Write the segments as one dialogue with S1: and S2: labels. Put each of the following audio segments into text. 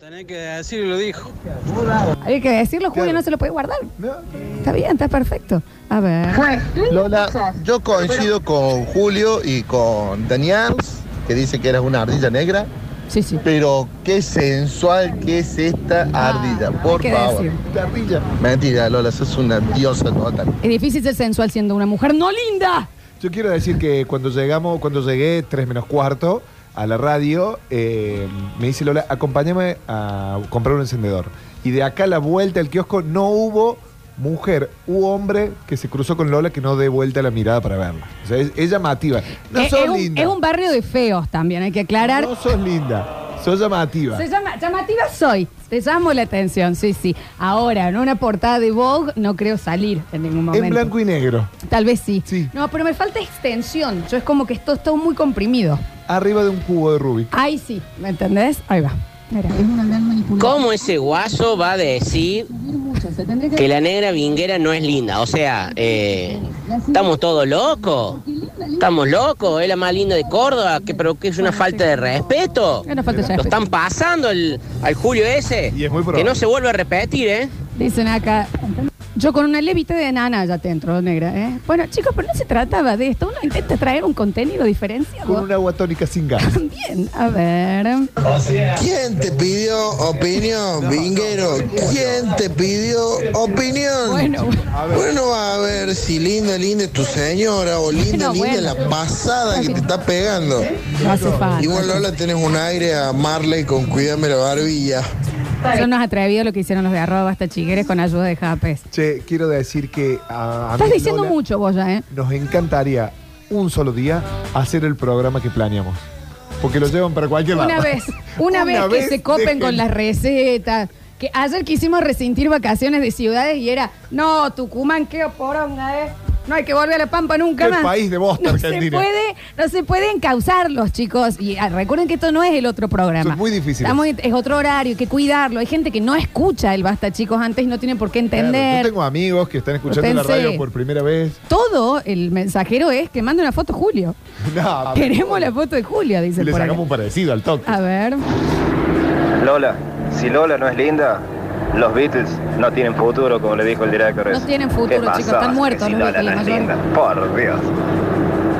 S1: Tenés que decirlo, lo dijo.
S2: Hay que decirlo, Julio
S3: Claro.
S2: no se lo puede guardar.
S3: No,
S2: Está bien, está perfecto. A ver.
S3: Lola, yo coincido con Julio y con Daniels, que dice que eras una ardilla negra,
S2: Sí, sí.
S3: pero qué sensual que es esta
S2: Ah,
S3: ardilla, por
S2: ¿qué
S3: favor.
S2: decir?
S3: Ardilla. Mentira, Lola, sos una diosa total.
S2: Es difícil ser sensual siendo una mujer no linda.
S4: Yo quiero decir que cuando llegamos, cuando llegué 3 menos cuarto a la radio, eh, me dice Lola, acompáñame a comprar un encendedor. Y de acá a la vuelta al kiosco no hubo mujer u hombre que se cruzó con Lola que no dé vuelta la mirada para verla. O sea, es, es llamativa. No
S2: Eh, es,
S4: sos
S2: es un,
S4: linda.
S2: es un barrio de feos también, hay que aclarar.
S4: No sos linda. Sos llamativa.
S2: Se llama, llamativa soy. Te llamo la atención, sí, sí. Ahora, en una portada de Vogue no creo salir en ningún momento.
S4: En blanco y negro.
S2: Tal vez sí.
S4: Sí.
S2: No, pero me falta extensión. Yo es como que esto está muy comprimido.
S4: Arriba de un cubo de Rubik.
S2: Ahí sí, ¿me entendés? Ahí va. Mira.
S5: ¿Cómo ese guaso va a decir que la negra vinguera no es linda? O sea, eh, ¿estamos todos locos? ¿Estamos locos? ¿Es la más linda de Córdoba? ¿Que, ¿Pero que es una falta de respeto?
S2: Es una falta de
S5: Lo
S2: respeto.
S5: están pasando el- al Julio ese.
S4: Y es muy probable.
S5: Que no se vuelve a repetir, ¿eh?
S2: Dicen acá. Yo con una levita de nana ya te entro, negra, ¿eh? Bueno, chicos, pero no se trataba de esto. Uno intenta traer un contenido
S4: Con
S2: diferenciado.
S4: una agua tónica sin gas.
S2: Bien, a ver.
S6: ¿Quién te pidió opinión, vinguero? ¿Quién te pidió opinión?
S2: Bueno,
S6: Bueno, a ver si linda, linda es tu señora o linda,
S2: Bueno,
S6: linda es la
S2: bueno. Ah,
S6: pasada que te está pegando.
S2: no hace falta.
S6: Igual Lola tenés un aire a Marley con cuídame la barbilla.
S2: Son unos atrevidos lo que hicieron los de arroba hasta chigueres con ayuda de japes.
S4: Che, quiero decir que ah, a, a
S2: Estás
S4: mí
S2: diciendo
S4: Lola-
S2: mucho vos ya, ¿eh?
S4: nos encantaría un solo día hacer el programa que planeamos. Porque lo llevan para cualquier lado.
S2: Una vez, una, vez, que se copen
S4: dejen-
S2: con las recetas. Que ayer quisimos resentir vacaciones de ciudades y era, no, Tucumán, qué poronga, ¿eh? No hay que volver a la Pampa nunca
S4: Qué
S2: más.
S4: país de bosta,
S2: no Se
S4: Argentina.
S2: puede, no se pueden causarlos, chicos. Y ah, recuerden que esto no es el otro programa.
S4: Esto es muy difícil.
S2: Estamos en- es otro horario, hay que cuidarlo. Hay gente que no escucha el basta, chicos, antes y no tienen por qué
S4: Claro,
S2: entender.
S4: Yo tengo amigos que están escuchando la
S2: Pensé.
S4: radio por primera vez.
S2: Todo el mensajero es que mande una foto Julio.
S4: No,
S2: Queremos la foto de Julio,
S4: Y
S2: dice
S4: le
S2: por acá.
S4: sacamos un parecido al toque.
S2: A ver.
S7: Lola, si Lola no es linda, los Beatles no tienen futuro, como le dijo el director.
S2: No
S7: ese.
S2: tienen futuro,
S7: ¿Qué
S2: chicos,
S7: pasó?
S2: están muertos
S7: Si
S2: los
S7: Lola
S2: Beatles,
S7: no es
S2: la mayoría.
S7: linda, por Dios.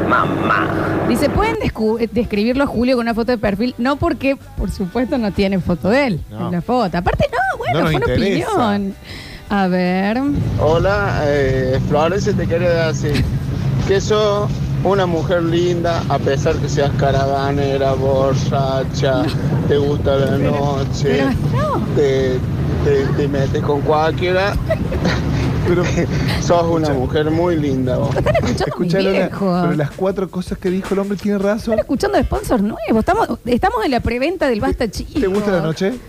S7: Mamá.
S2: Dice, ¿pueden descu- eh, describirlo a Julio con una foto de perfil? No porque, por supuesto, no tiene foto de él
S4: No.
S2: en la foto. Aparte, no, bueno,
S4: No nos
S2: fue una
S4: interesa.
S2: opinión. A ver.
S8: Hola, eh, Flores te quiere decir que sos una mujer linda a pesar que seas caravanera, borracha, te gusta la noche,
S2: Pero no.
S8: te, te- te metes con cualquiera,
S4: Pero,
S8: sos una mujer muy linda vos.
S2: Están escuchando mis
S4: escuchá, Lola,
S2: viejos.
S4: pero las cuatro cosas que dijo el hombre tiene razón.
S2: Están escuchando sponsors nuevos. Estamos, estamos en la preventa del Basta Chico.
S4: ¿Te gusta la noche?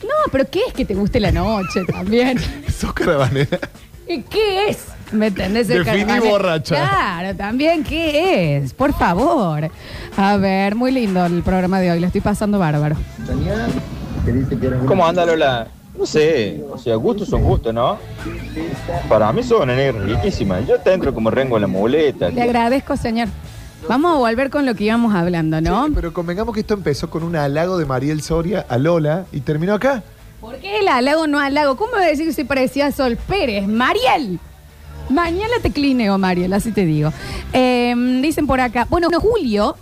S2: No, pero ¿qué es que te guste la noche también?
S4: Sos caravanera.
S2: ¿Y ¿Qué es? ¿Me entendés? El
S4: Definí
S2: carnaval.
S4: borracha.
S2: Claro, también, ¿qué es? Por favor. A ver, muy lindo el programa de hoy. Lo estoy pasando bárbaro.
S9: ¿Cómo anda Lola? No sé, o sea, gustos son gustos, ¿no? Para mí son una negra riquísima. Yo te entro como rengo en la muleta.
S2: Le agradezco, señor. Vamos a volver con lo que íbamos hablando, ¿no?
S4: Sí, pero convengamos que esto empezó con un halago de Mariel Soria a Lola y terminó acá.
S2: ¿Por qué el halago no halago? ¿Cómo voy a decir que soy parecida a Sol Pérez? Mariel. Mañana te clineo, Mariel, así te digo. Eh, dicen por acá, bueno, no, Julio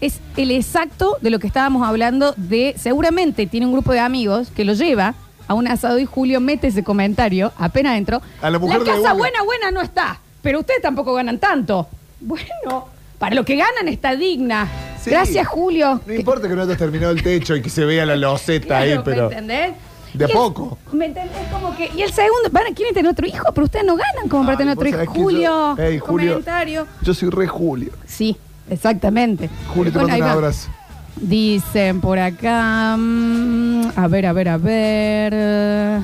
S2: es el exacto de lo que estábamos hablando de, seguramente tiene un grupo de amigos que lo lleva a un asado y Julio mete ese comentario apenas dentro.
S4: A la mujer le
S2: casa
S4: devuelve.
S2: buena, buena no está, pero ustedes tampoco ganan tanto. Bueno, para lo que ganan está digna.
S4: Sí.
S2: Gracias, Julio.
S4: No importa que no hayas terminado el techo y que se vea la loseta ahí,
S2: Claro,
S4: pero.
S2: ¿Me entendés?
S4: de
S2: Y
S4: a
S2: el-
S4: poco.
S2: ¿Me entendés? Como que. Y el segundo, van, quieren tener otro hijo, pero ustedes no ganan como para
S4: Ay,
S2: tener
S4: vos
S2: otro hijo.
S4: sabés que
S2: Julio,
S4: yo- Ey, Julio.
S2: comentario.
S4: Yo soy re Julio.
S2: Sí, exactamente.
S4: Julio, te
S2: Bueno,
S4: mando un
S2: ahí va.
S4: abrazo.
S2: Dicen por acá. mm, a ver, a ver, a ver. eh.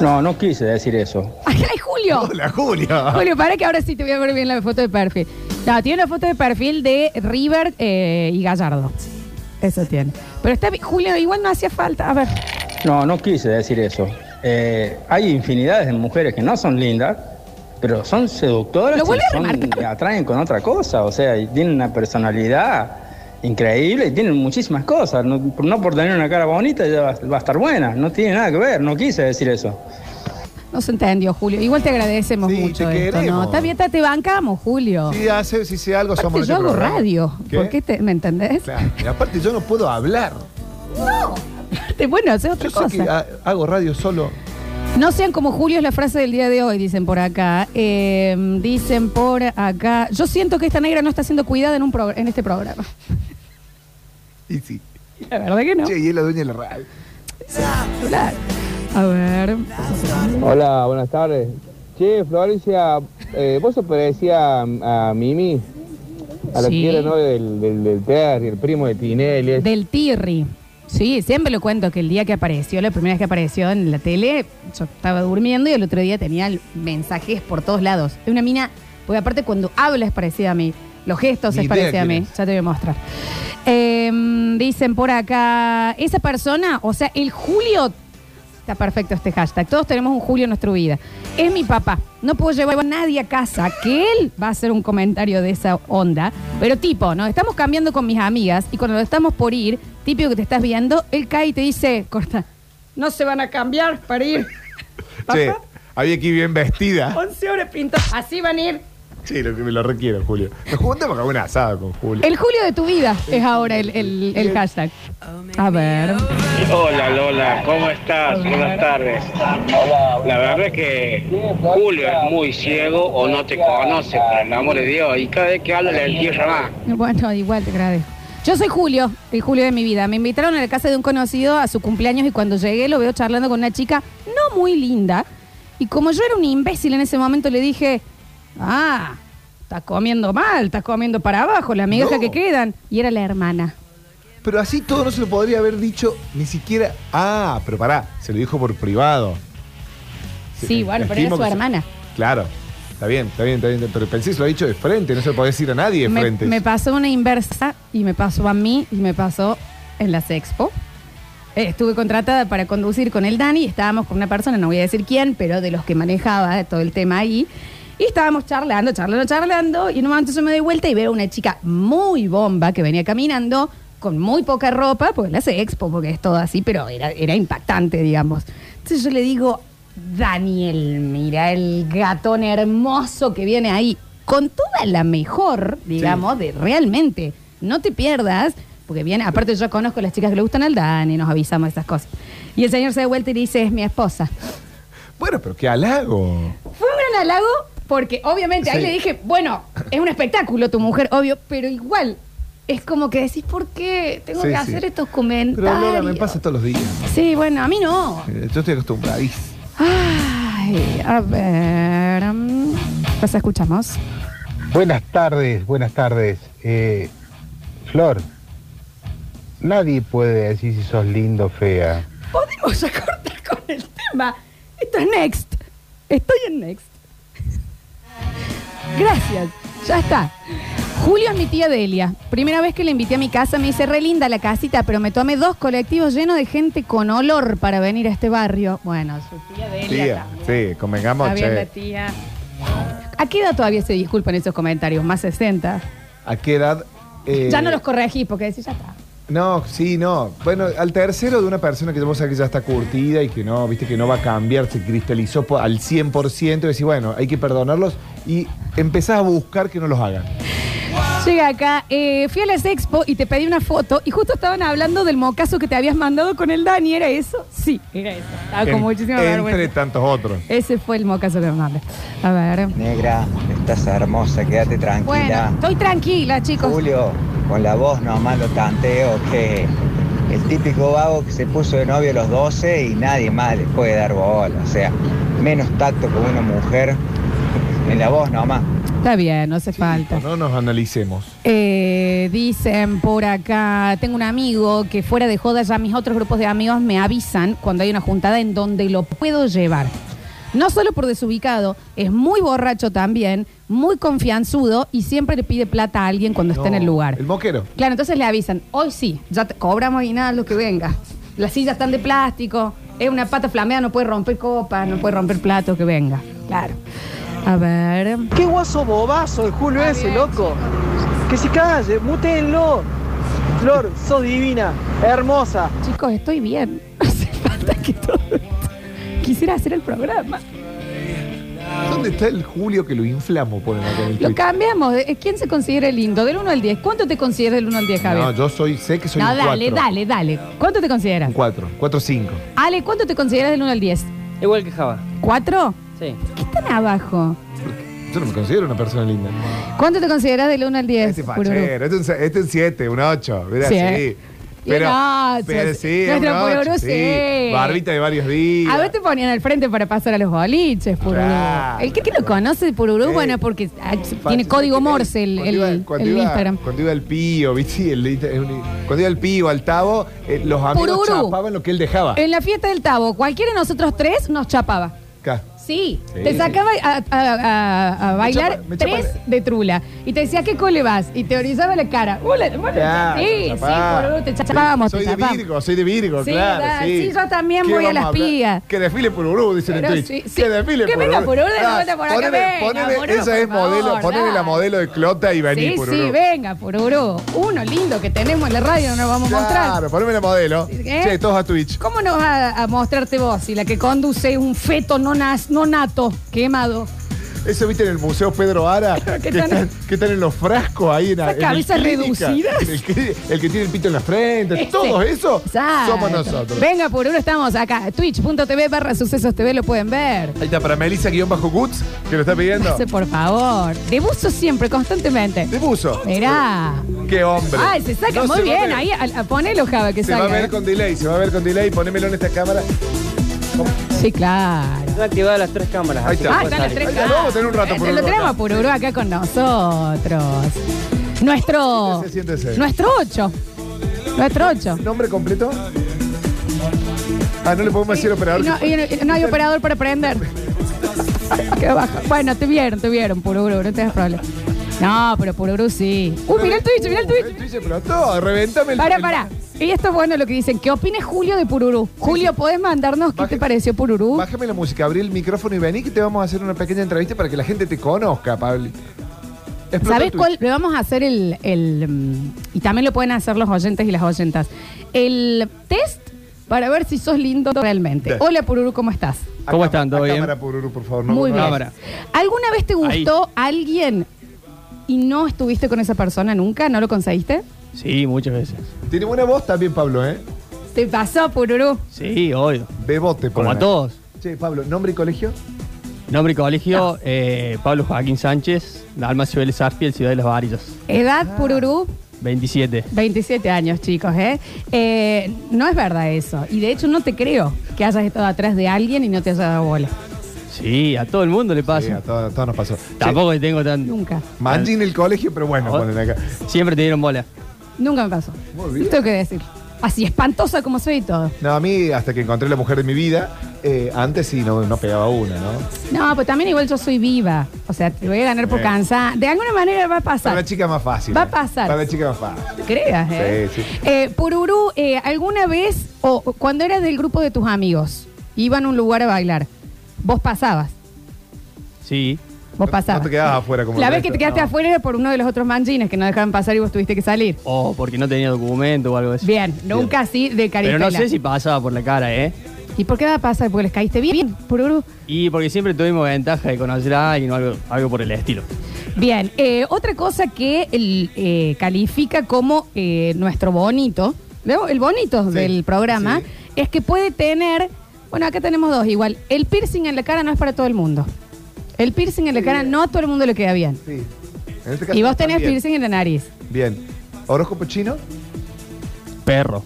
S9: No, no quise decir eso.
S2: ¡Ay, ay, Julio!
S4: Hola, Julio.
S2: Julio, para que ahora sí te voy a ver bien la foto de perfil. No, tiene una foto de perfil de River eh, y Gallardo. Eso tiene. Pero está bien. Julio, igual no hacía falta. A ver.
S9: No, no quise decir eso. Eh, hay infinidades de mujeres que no son lindas, pero son seductoras
S2: Lo vuelve
S9: y
S2: a
S9: son-
S2: remarcar.
S9: atraen con otra cosa. O sea, y tienen una personalidad
S1: increíble y tienen muchísimas cosas. No, no por tener una cara bonita ya va, va a estar buena. No tiene nada que ver, no quise decir eso.
S2: No se entendió, Julio. Igual te agradecemos
S4: Sí, te
S2: mucho esto, ¿no?
S4: queremos.
S2: Está bien, está- te bancamos, Julio.
S4: Si hace, si hace algo,
S2: Aparte,
S4: somos
S2: yo
S4: este
S2: hago
S4: programa.
S2: radio. ¿Por qué te- ¿Me entendés?
S4: Claro. Y aparte, yo no puedo hablar.
S2: Te- Bueno, hace otra
S4: Yo ah. sé que
S2: cosa.
S4: ha- hago radio solo.
S2: No sean como Julio es la frase del día de hoy, dicen por acá. Eh, dicen por acá. Yo siento que esta negra no está siendo cuidada en, un progr- en este programa.
S4: Y sí.
S2: La verdad que no.
S4: Che, y es la dueña de la radio.
S2: Claro. A ver.
S1: Hola, buenas tardes. Che, Florencia, eh, vos se parecía a, a Mimi, a la
S2: Sí.
S1: que era novia del, del, del Terry, el primo de Tinelli. ese.
S2: Del Tirri. Sí, siempre lo cuento que el día que apareció, la primera vez que apareció en la tele, yo estaba durmiendo y el otro día tenía el- mensajes por todos lados. Es una mina, porque aparte cuando habla es parecida a mí, los gestos
S4: Ni
S2: es
S4: idea
S2: parecida a mí,
S4: quién
S2: ya te voy a mostrar. Em, dicen por acá, esa persona, o sea, el Julio, está perfecto este hashtag, todos tenemos un Julio en nuestra vida, es mi papá, no puedo llevar a nadie a casa, que él va a hacer un comentario de esa onda, pero tipo, nos estamos cambiando con mis amigas y cuando lo estamos por ir, típico que te estás viendo, él cae y te dice, corta, no se van a cambiar para ir.
S4: Che, había aquí bien vestida.
S2: 11 horas pinto, así van a ir.
S4: Che, lo que me lo requiero, Julio. Nos juntamos a un asado con Julio.
S2: El Julio de tu vida es ahora el, el- el hashtag. A ver.
S10: Hola Lola, ¿cómo estás? Buenas tardes. La verdad es que Julio es muy ciego o no te conoce, por el amor de Dios, y cada vez que habla le entierra más.
S2: Bueno, igual te agradezco. Yo soy Julio, el Julio de mi vida. Me invitaron a la casa de un conocido a su cumpleaños y cuando llegué lo veo charlando con una chica no muy linda. Y como yo era un imbécil en ese momento, le dije, ah, estás comiendo mal, estás comiendo para abajo, la migaja
S4: No.
S2: que quedan. Y era la hermana.
S4: Pero así todo no se lo podría haber dicho ni siquiera. Ah, pero pará, se lo dijo por privado.
S2: Sí, bueno, pero era
S4: estimo
S2: su
S4: que se-
S2: hermana.
S4: Claro. Está bien, está bien, está bien. Pero pensé, se lo ha dicho de frente, no se lo podés decir a nadie de
S2: Me,
S4: frente.
S2: me pasó una inversa y me pasó a mí y me pasó en las expo. Eh, estuve contratada para conducir con el Dani y estábamos con una persona, no voy a decir quién, pero de los que manejaba todo el tema ahí. Y estábamos charlando, charlando, charlando. Y en un momento yo me doy vuelta y veo a una chica muy bomba que venía caminando con muy poca ropa, porque la hace expo, porque es todo así, pero era, era impactante, digamos. Entonces yo le digo, Daniel, mira el gatón hermoso que viene ahí, con toda la mejor, digamos, de realmente, no te pierdas, porque viene, aparte yo conozco a las chicas que le gustan al Dani, nos avisamos de esas cosas. Y el señor se da vuelta y le dice, es mi esposa.
S4: Bueno, pero qué halago.
S2: Fue un gran halago porque obviamente ahí
S4: Sí.
S2: le dije, bueno, es un espectáculo tu mujer, obvio, pero igual es como que decís, ¿por qué tengo
S4: Sí,
S2: que
S4: sí.
S2: hacer estos
S4: Pero
S2: comentarios?
S4: Lola, me pasa todos los días.
S2: Sí, bueno, a mí no.
S4: Eh, Yo estoy acostumbradísimo.
S2: Ay, a ver. mm, Pues escuchamos.
S1: Buenas tardes, buenas tardes. Eh, Flor, nadie puede decir si sos lindo o fea.
S2: Podemos ya cortar con el tema. Esto es Next. Estoy en Next. Gracias. Ya está. Julio es mi tía Delia. Primera vez que la invité a mi casa me hice re linda la casita, pero me tomé dos colectivos llenos de gente con olor para venir a este barrio. Bueno, su tía Delia.
S4: Tía,
S2: también.
S4: sí, convengamos,
S2: Está bien la
S4: che.
S2: tía. ¿A qué edad todavía se disculpan esos comentarios? Más 60.
S4: ¿A qué edad? eh,
S2: ya no los corregís porque decís, ya está.
S4: No, sí, no. Bueno, al tercero de una persona que vos sabés que ya está curtida y que no, viste, que no va a cambiar, se cristalizó po- al 100% y decís, bueno, hay que perdonarlos y empezás a buscar que no los hagan.
S2: Llega acá, eh, fui a las expo y te pedí una foto y justo estaban hablando del mocazo que te habías mandado con el Dani, ¿era eso? Sí, era eso. Estaba Ah, con
S4: En-
S2: muchísima
S4: entre
S2: vergüenza.
S4: tantos otros.
S2: Ese fue el mocazo que me mandé. A ver.
S1: Negra, estás hermosa, quédate
S2: Bueno, estoy tranquila, chicos.
S1: Julio, con la voz nomás lo tanteo que el típico vago que se puso de novio a los 12 y nadie más le puede dar bola. O sea, menos tacto con una mujer en la voz nomás.
S2: Está bien, no hace falta.
S4: No nos analicemos.
S2: Eh, dicen por acá, tengo un amigo que fuera de joda ya mis otros grupos de amigos me avisan cuando hay una juntada en donde lo puedo llevar. No solo por desubicado, es muy borracho también, muy confianzudo y siempre le pide plata a alguien cuando está en el
S4: No,
S2: lugar.
S4: El moquero.
S2: Claro, entonces le avisan, hoy sí, ya te- cobramos y nada lo que venga. Las sillas están de plástico, es una pata flameada, no puede romper copas, no puede romper platos, que venga. Claro. A ver.
S1: Qué guaso bobazo el Julio ese, loco. Que se calle, mutenlo.
S11: Flor, sos divina, hermosa.
S2: Chicos, estoy bien. Hace falta que todo esto- Quisiera hacer el programa.
S4: ¿Dónde está el Julio que lo inflamo? Ponen acá en el
S2: Lo
S4: Twitter.
S2: cambiamos. Eh, ¿Quién se considera lindo? Del 1 al 10. ¿Cuánto te consideras del 1 al 10, Javier?
S4: No, yo soy, sé que soy
S2: No,
S4: un
S2: dale,
S4: cuatro.
S2: dale, dale. ¿Cuánto te consideras?
S4: Un 4, 4, 5.
S2: Ale, ¿cuánto te consideras del 1 al 10?
S11: Igual que Java.
S2: ¿Cuatro?
S11: Sí.
S2: ¿Qué están abajo?
S4: Yo no me considero una persona linda.
S2: ¿Cuánto te consideras del 1 al 10?
S4: Este es fachero, este es un- este es un 7, un 8. Mira,
S2: Sí,
S4: sí.
S2: ¿eh? Y
S4: Pero,
S2: un ocho,
S4: pero
S2: sí.
S4: sí,
S2: Nuestro
S4: un ocho,
S2: Pururú, sí.
S4: Barbita de varios días.
S2: A ver te ponían al frente para pasar a los boliches, Pururú.
S4: Claro.
S2: el que, que lo conoce, Pururú, bueno, porque ah, tiene código Morse el, el-
S4: Cuando
S2: el
S4: iba,
S2: Instagram.
S4: Cuando iba al pío, ¿viste? El- es un- cuando iba al pío, al tabo, eh, los amigos
S2: Pururú.
S4: chapaban lo que él dejaba.
S2: En la fiesta del Tabo, cualquiera de nosotros tres nos chapaba.
S4: Acá.
S2: Sí,
S4: Sí.
S2: te sacaba a, a- a- a bailar
S4: chapa- me chapa
S2: tres de trula y te decía, ¿qué cole vas? Y te orizaba la cara. Hola, bueno,
S4: Claro,
S2: sí, sí,
S4: chapá.
S2: Pururú, te chapábamos,
S4: Soy
S2: te
S4: de
S2: chapábamos.
S4: Virgo, soy de Virgo,
S2: Sí,
S4: claro.
S2: da-
S4: sí.
S2: sí, yo también
S4: ¿Qué
S2: voy a
S4: vamos
S2: las
S4: hablar?
S2: pías.
S4: Que desfile por Urú, dicen
S2: Pero
S4: en Twitch.
S2: sí, sí.
S4: Que desfile
S2: Que
S4: por
S2: venga
S4: Urú.
S2: por Urú de
S4: Ah,
S2: vuelta por acá,
S4: poneme-
S2: venga,
S4: poneme-
S2: por Urú,
S4: Esa es
S2: por favor,
S4: modelo, poneme la
S2: dale.
S4: modelo de Clota y vení
S2: Sí,
S4: por
S2: sí,
S4: Urú.
S2: venga, Pururú. Uno lindo que tenemos en la radio, no nos vamos a mostrar.
S4: Claro, poneme la modelo.
S2: ¿eh?
S4: Che, todos a Twitch.
S2: ¿Cómo nos va a mostrarte vos si la que conduce es un feto no, nas- no nato, quemado?
S4: Eso viste en el Museo Pedro Ara,
S2: Claro, que
S4: que,
S2: están-
S4: están, que están en los frascos ahí. En,
S2: Esas
S4: en el
S2: cabezas
S4: clínica.
S2: reducidas.
S4: El que, el que tiene el pito en la frente,
S2: Ese.
S4: todo eso
S2: Exacto.
S4: somos nosotros.
S2: Venga, por uno estamos acá. Twitch.tv barra sucesos TV lo pueden ver.
S4: Ahí está para Melissa guión bajo Guts, que lo está pidiendo.
S2: Pase, por favor. De buzo siempre, constantemente.
S4: De buzo.
S2: Mirá.
S4: Qué hombre.
S2: Ay, Ah, se saca
S4: No
S2: muy
S4: se va a
S2: bien.
S4: ver.
S2: Ahí, a- a- ponelo, Java, que
S4: Se va
S2: salga.
S4: a ver
S2: ¿eh?
S4: con delay, se va a ver con delay. Ponémelo en esta cámara.
S2: Sí, claro.
S11: Están activadas las tres cámaras.
S4: Ahí
S11: así
S4: está.
S11: que
S2: Ah,
S11: puede
S2: están las
S11: salir.
S2: tres
S4: Ahí está, lo vamos a tener un rato,
S2: Eh,
S4: Pururú,
S2: Lo tenemos
S4: acá.
S2: a Pururú acá con nosotros. Nuestro.
S4: Siéntese, siéntese.
S2: Nuestro 8. Nuestro 8.
S4: ¿Nombre completo? Ah, no le podemos decir operador.
S2: Y no, y no- y no hay operador para prender. Qué bajo. Bueno, te vieron, te vieron, Pururú, no te das problema. No, pero Pururú sí. Uh, mirá el Twitch, mirá el Twitch.
S4: El Twitch explotó, reventame el
S2: Pará,
S4: el-
S2: pará. Y esto es bueno lo que dicen. ¿Qué opines, Julio, de Pururú? Julio, ¿podés mandarnos qué te pareció Pururú?
S4: Bájame la música, abrí el micrófono y vení que te vamos a hacer una pequeña entrevista para que la gente te conozca, Pablo. Explotó
S2: ¿Sabés
S4: el
S2: cuál? Le vamos a hacer el, el, mm, Y también lo pueden hacer los oyentes y las oyentas. El test para ver si sos lindo realmente.
S4: Sí.
S2: Hola, Pururú, ¿cómo estás?
S4: Twitch.
S11: ¿Cómo
S4: A
S11: están?
S4: cámara-
S11: ¿Todo
S4: a
S11: bien?
S4: Cámara, Pururu, por favor. no-
S2: Muy
S4: no-
S2: bien.
S11: Cámara.
S2: ¿Alguna vez te gustó alguien y no estuviste con esa persona nunca? ¿No lo conseguiste?
S11: Sí, muchas veces.
S4: Tiene buena voz también, Pablo, ¿eh?
S2: ¿Te pasó, Pururú?
S11: Sí, obvio.
S4: Bebote, por
S11: Como a
S4: ahí.
S11: todos.
S4: Che, Pablo, ¿nombre y colegio?
S11: Nombre y colegio, eh, Pablo Joaquín Sánchez, Alma Ciudad Sarfiel, Ciudad de las Varillas.
S2: Edad, Pururú.
S11: 27.
S2: 27 años, chicos, ¿eh? Eh, No es verdad eso. Y de hecho no te creo que hayas estado atrás de alguien y no te haya dado bola.
S11: Sí, a todo el mundo le
S4: Sí, a
S11: pasa.
S4: todos, a todos nos pasó. Che,
S11: Tampoco tengo tan...
S2: Nunca.
S4: Manji en el colegio, pero bueno,
S11: Ahora-
S4: ponen acá.
S11: Siempre te dieron bola.
S2: Nunca me pasó.
S4: Muy bien.
S2: Tengo que decir. Así espantosa como soy y todo.
S4: No, a mí, hasta que encontré la mujer de mi vida, eh, antes sí, no, no pegaba una, ¿no?
S2: No, pues también igual yo soy viva. O sea, te voy a ganar por
S4: Sí.
S2: cansada. De alguna manera va a
S4: Para
S2: pasar.
S4: la chica más fácil.
S2: Va a
S4: eh.
S2: pasar.
S4: Para la chica más fácil.
S2: No te creas, ¿eh?
S4: Sí, sí.
S2: Eh, Pururú, eh, ¿alguna vez o o cuando eras del grupo de tus amigos, iban a un lugar a bailar, vos pasabas?
S11: Sí.
S2: Vos
S4: No-
S2: pasabas.
S4: No te quedabas afuera como
S2: La
S4: el
S2: vez que
S4: resto.
S2: te quedaste
S11: no.
S2: afuera era por uno de los otros manjines que no dejaban pasar y vos tuviste que salir.
S11: O porque no tenía documento o algo de eso.
S2: Bien, nunca así de
S11: Pero
S2: carita.
S11: no sé si pasaba por la cara, ¿eh?
S2: ¿Y por qué va a pasar? Porque les caíste bien, Pururú.
S11: Y porque siempre tuvimos ventaja de conocer a alguien o algo, algo por el estilo.
S2: Bien, eh, otra cosa que el, eh, califica como eh, nuestro bonito, ¿no? el bonito
S4: Sí,
S2: del programa,
S4: sí.
S2: es que puede tener, bueno, acá tenemos dos igual, el piercing en la cara no es para todo el mundo. El piercing en la cara no a todo el mundo le queda bien.
S4: Sí. En este caso
S2: Y vos tenés
S4: también.
S2: piercing en la nariz.
S4: Bien. ¿Horóscopo chino?
S11: Perro.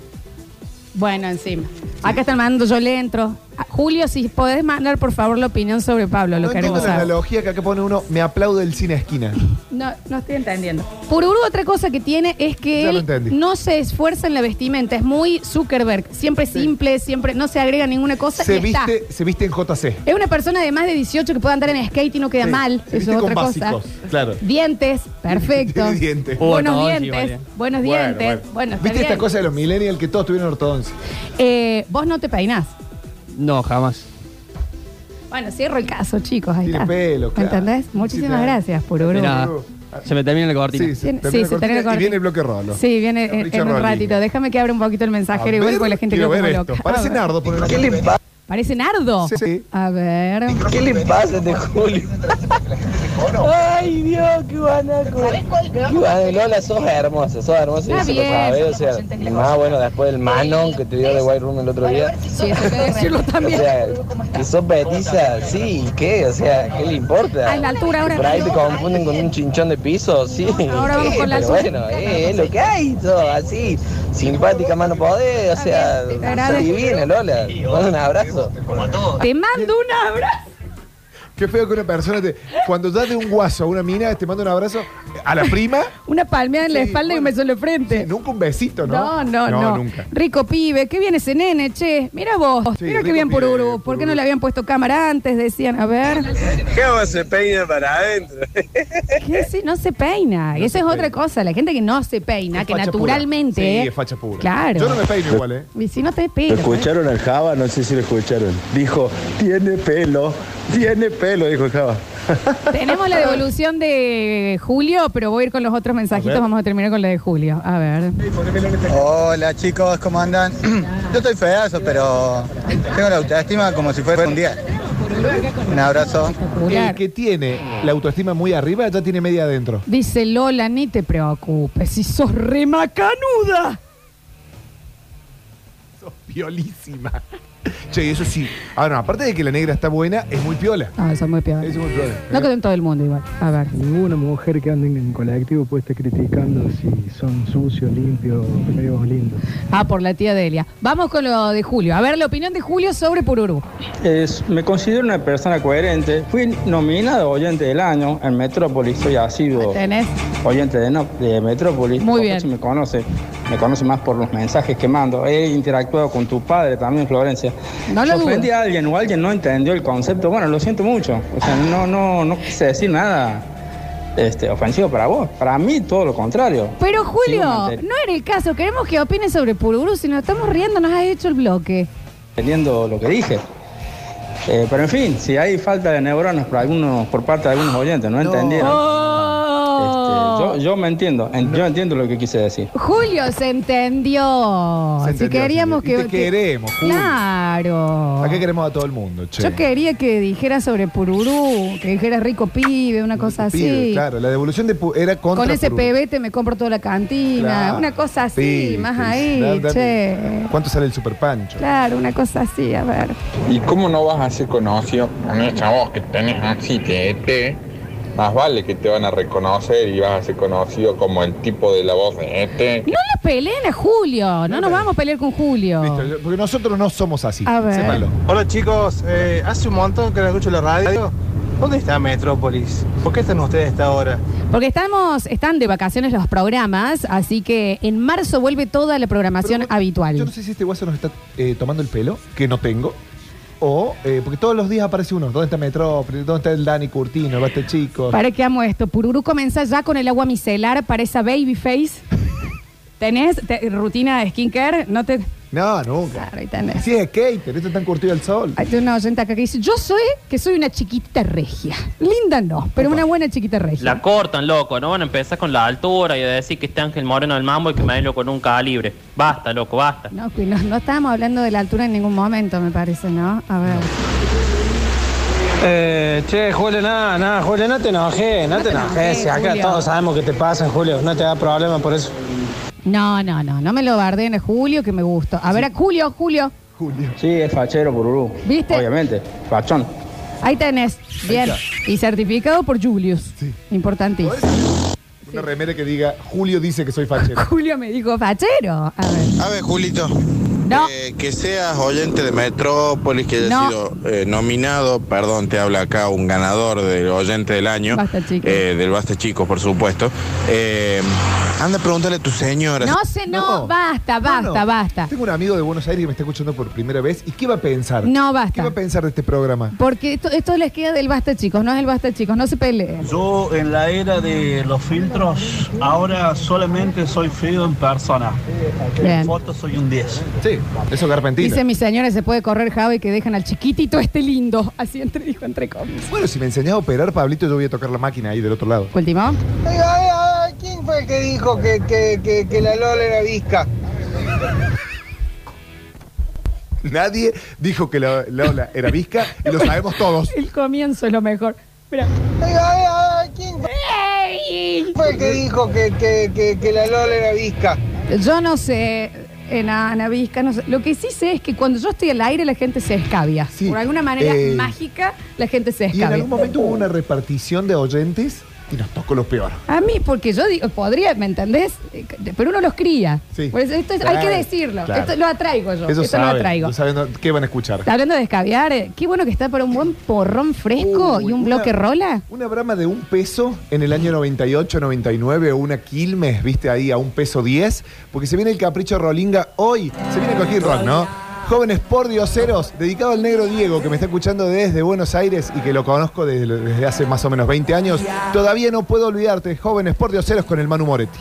S2: Bueno, encima. Acá están mandando, yo le entro. Ah, Julio, si podés mandar por favor la opinión sobre Pablo, lo
S4: no entiendo
S2: queremos
S4: la
S2: saber.
S4: analogía que acá pone uno, me aplaude el cine esquina.
S2: No, no estoy entendiendo. Pururú otra cosa que tiene es que
S4: Ya lo
S2: él
S4: entendí.
S2: no se esfuerza en la vestimenta, es muy Zuckerberg, siempre simple, siempre no se agrega ninguna cosa
S4: Se
S2: y está.
S4: viste, se viste en JC.
S2: Es una persona de más de 18 que puede andar en skate y no queda
S4: Sí,
S2: mal, eso
S4: se viste
S2: es
S4: con
S2: otra cosa.
S4: básicos, claro.
S2: Dientes, perfecto.
S4: Tiene dientes.
S11: Oh,
S2: buenos
S11: no, sí,
S2: dientes,
S11: vale.
S2: buenos
S4: Bueno,
S2: dientes. Bueno,
S4: bueno.
S2: está
S4: ¿Viste esta
S2: bien.
S4: cosa de los millennials que todos tuvieron ortodoncia?
S2: Eh, vos no te peinás.
S11: No, jamás.
S2: Bueno, cierro el caso, chicos, ahí
S4: Tiene
S2: está.
S4: pelo, claro.
S2: ¿Entendés? Muchísimas
S4: Sí, claro.
S2: gracias, Pururú.
S11: Mira, Se me termina la cortina.
S4: Sí,
S2: Sí,
S4: se termina
S2: se
S4: la cortina
S2: termina la
S4: y viene el bloque
S2: cortina.
S4: rolo.
S2: Sí, viene en,
S4: Capricho
S2: en un
S4: Rolling.
S2: ratito. Déjame que abra un poquito el
S4: A
S2: mensaje igual
S4: ver,
S2: porque la gente quedó
S4: quiero
S2: como
S4: ver esto.
S2: loca.
S4: Parece
S2: A ver.
S4: Nardo. Por
S2: ¿Qué
S4: le
S2: ¿Parece Nardo?
S4: Sí, sí.
S2: A ver.
S12: ¿Qué le pasa de Julio? Ay, Dios, qué guanaco. Qué guanaco, Lola, sos hermosa, sos hermosa y
S2: Está
S12: eso lo
S2: bien.
S12: sabés. O sea, y más bueno después del Manon que te dio de White Room el otro día.
S2: Sí, eso hay que decirlo también.
S12: O sea, que sos petiza, sí, ¿y ¿qué? O sea, ¿qué le importa?
S2: Ah, es la altura ahora.
S12: Por ahí te confunden con un chinchón de piso, sí.
S2: Ahora vamos
S12: Sí,
S2: con la
S12: pero
S2: altura.
S12: bueno, eh, es lo que hay, sos así. Simpática, mano poder, o sea,
S2: te agradezco.
S12: divina, Lola. Te mando un abrazo.
S2: Te mando un abrazo.
S4: Qué feo que una persona te. Cuando das de un guaso a una mina, te manda un abrazo a la prima.
S2: Una palmeada en la espalda y un beso en la frente.
S4: Nunca un besito, ¿no?
S2: No, no, no.
S4: nunca.
S2: Rico pibe, qué bien ese nene, che. Mira vos,
S4: Sí,
S2: mira qué
S4: rico
S2: bien por
S4: pibe,
S2: Uru. ¿Por qué no le habían puesto cámara antes? Decían, a ver.
S13: ¿Cómo se peina para adentro?
S2: ¿Qué si no se peina? Esa es otra cosa, la gente que no se peina, que
S4: facha
S2: naturalmente.
S4: pura. Sí,
S2: eh,
S4: es facha pura.
S2: Claro.
S4: Yo no me peino igual, ¿eh?
S2: Y si no te
S14: ¿Lo
S2: peinas.
S14: escucharon al Java? No sé si lo escucharon. Dijo, tiene pelo, tiene pelo, dijo el Java.
S2: Tenemos la devolución de Julio, pero voy a ir con los otros mensajitos.
S15: ver.
S2: Vamos a terminar con la de Julio. A ver.
S15: Hola chicos, ¿cómo andan? Yo estoy feazo, pero tengo la autoestima como si fuera un día. Un abrazo.
S4: El Eh, que tiene la autoestima muy arriba ya tiene media adentro.
S2: Dice Lola, ni te preocupes, si sos remacanuda.
S4: Piolísima. Che, eso sí. Ahora, aparte de que la negra está buena, es muy piola.
S2: Ah, eso es muy peor.
S4: Es muy piola.
S2: No quedó en todo el mundo igual. A ver.
S16: Ninguna mujer que ande en colectivo puede estar criticando si son sucios, limpios, feos, lindos.
S2: Ah, por la tía Delia. Vamos con lo de Julio. A ver, la opinión de Julio sobre Pururú.
S17: Es- me considero una persona coherente. Fui nominado oyente del año en Metrópolis. Soy asiduo
S2: ¿Tenés?
S17: oyente de, no- de Metrópolis.
S2: Muy
S17: Capaz
S2: bien.
S17: si Me conoce, me conoce más por los mensajes que mando. He interactuado con tu padre también, Florencia.
S2: No
S17: Si
S2: lo dudo.
S17: ofendí a alguien o alguien no entendió el concepto, bueno, lo siento mucho. O sea, no, no, no quise decir nada este, ofensivo para vos. Para mí, todo lo contrario.
S2: Pero Julio,
S17: Sigo manteniendo-
S2: no era el caso. Queremos que opines sobre Pururú. Si nos estamos riendo, nos has hecho el bloque.
S17: entendiendo lo que dije. Eh, pero en fin, si hay falta de neuronas por algunos, por parte de algunos oyentes, no, entendieron.
S2: Oh.
S17: Este, yo, yo me entiendo, en- yo entiendo lo que quise decir.
S2: Julio se entendió.
S17: Se
S2: si
S17: entendió,
S2: queríamos
S17: se entendió.
S2: que,
S17: Y te
S2: que-
S17: queremos,
S4: Julio.
S2: Claro.
S4: ¿A qué queremos a todo el mundo, che?
S2: Yo quería que dijera sobre Pururú, que dijera rico pibe, una cosa
S4: Pibe,
S2: así.
S4: Claro, la devolución de pu- era contra
S2: Con ese
S4: Perú.
S2: pebete me compro toda la cantina,
S4: Claro.
S2: una cosa así,
S4: Sí,
S2: más
S4: sí, sí.
S2: ahí,
S4: Da- da-
S2: che.
S4: ¿Cuánto sale el super pancho?
S2: Claro, una cosa así, a ver.
S18: ¿Y cómo no vas a ser conocido con esa voz que tenés así, ET? Más vale que te van a reconocer y vas a ser conocido como el tipo de la voz de ET.
S2: No le peleen a Julio, no nos vamos a pelear con Julio.
S4: Yo- Porque nosotros no somos así.
S2: A ver.
S4: Sépanlo.
S16: Hola chicos, eh, hace un montón que no escucho la radio. ¿Dónde está Metrópolis? ¿Por qué están ustedes a esta hora?
S2: Porque estamos, están de vacaciones los programas, así que en marzo vuelve toda la programación habitual.
S4: Yo no sé si este guaso nos está eh, tomando el pelo, que no tengo. O, eh, porque todos los días aparece uno. ¿Dónde está Metrópolis? ¿Dónde está el Dani Curtino? ¿Dónde está Chico?
S2: Para que amo esto. Pururú comienza ya con el agua micelar para esa baby face. ¿Tenés te- rutina de skincare? No te.
S4: No, nunca.
S2: Claro, ahí tenés.
S4: Y Si es skater, esto tan curtido al sol.
S2: Hay una oyente acá que dice: Yo soy que soy una chiquitita regia. Linda no, pero una buena chiquita regia.
S19: La cortan, loco, ¿no? Van a empezar con la altura y a decir que este Ángel Moreno del Mambo y que me den loco nunca libre. Basta, loco, basta.
S2: No, que no, no estábamos hablando de la altura en ningún momento, me parece, ¿no? A ver.
S16: Eh, che, Julio, nada, nada, Julio, no te enojes, no, te enojes. si acá
S2: Julio.
S16: todos sabemos que te pasa, Julio, no te da problema por eso.
S2: No, no, no, no me lo bardeen a Julio, que me gustó. A ver, a Julio, Julio.
S17: Sí, es fachero, Pururú.
S2: ¿Viste?
S17: Obviamente, fachón.
S2: Ahí tenés. Bien. Y certificado por Julius. Importantísimo.
S4: Una remera que diga, Julio dice que soy fachero.
S2: Julio me dijo fachero. A ver.
S6: A ver, Julito.
S2: No.
S6: eh, que seas oyente de Metrópolis, que hayas
S2: No.
S6: sido eh, nominado, perdón, te habla acá un ganador del oyente del año,
S2: Basta, chicos.
S6: eh, del Basta Chicos, por supuesto. Eh, anda, pregúntale a tu señora.
S2: No sé, no, basta, basta,
S4: Ah, no.
S2: basta.
S4: Tengo un amigo de Buenos Aires que me está escuchando por primera vez. ¿Y qué va a pensar?
S2: No, basta.
S4: ¿Qué va a pensar de este programa?
S2: Porque esto, esto les queda del basta, chicos, no es el basta, chicos, no se peleen.
S20: Yo en la era de los filtros, ahora solamente soy feo en persona.
S2: Bien.
S20: En fotos soy un 10.
S4: Sí, Sí, eso carpentino.
S2: Dice mi señora, se puede correr Javi que dejan al chiquitito este lindo. Así entre, dijo entre comillas.
S4: Bueno, si me enseñaba a operar, Pablito, yo voy a tocar la máquina ahí del otro lado.
S2: Último.
S21: Oiga, oiga, oiga, ¿quién fue el que dijo que, que- que- que la Lola era visca?
S4: Nadie dijo que la Lola era visca y lo sabemos todos.
S2: El comienzo es lo mejor. Mira.
S21: Oiga, oiga, oiga, ¿quién fue- quién fue el que dijo que, que- que- que la Lola era visca?
S2: Yo no sé, en Anavisca, no sé. Lo que sí sé es que cuando yo estoy al aire la gente se escabia. Por alguna manera
S4: eh,
S2: mágica, la gente se
S4: Y en
S2: escabia.
S4: algún momento hubo una repartición de oyentes y nos tocó los peores.
S2: A mí, porque yo digo, podría, ¿me entendés? Eh, Pero uno los cría.
S4: Sí.
S2: Por eso esto es-
S4: Claro,
S2: hay que decirlo.
S4: claro.
S2: Esto lo atraigo yo.
S4: Eso
S2: esto lo
S4: saben,
S2: atraigo.
S4: lo saben no- qué van a escuchar.
S2: Hablando de escabiar, eh, qué bueno que está para un buen porrón fresco
S4: Uy,
S2: y un
S4: una-
S2: bloque rola.
S4: Una brama de un peso en el año 98, 99, o una Quilmes, viste ahí, a un peso 10, porque se viene el capricho Rolinga hoy. Se viene Cojín Rock, ¿no? Jóvenes por dioseros, dedicado al negro Diego, que me está escuchando desde Buenos Aires y que lo conozco desde, desde hace más o menos 20 años. Todavía no puedo olvidarte, jóvenes por dioseros con el Manu Moretti.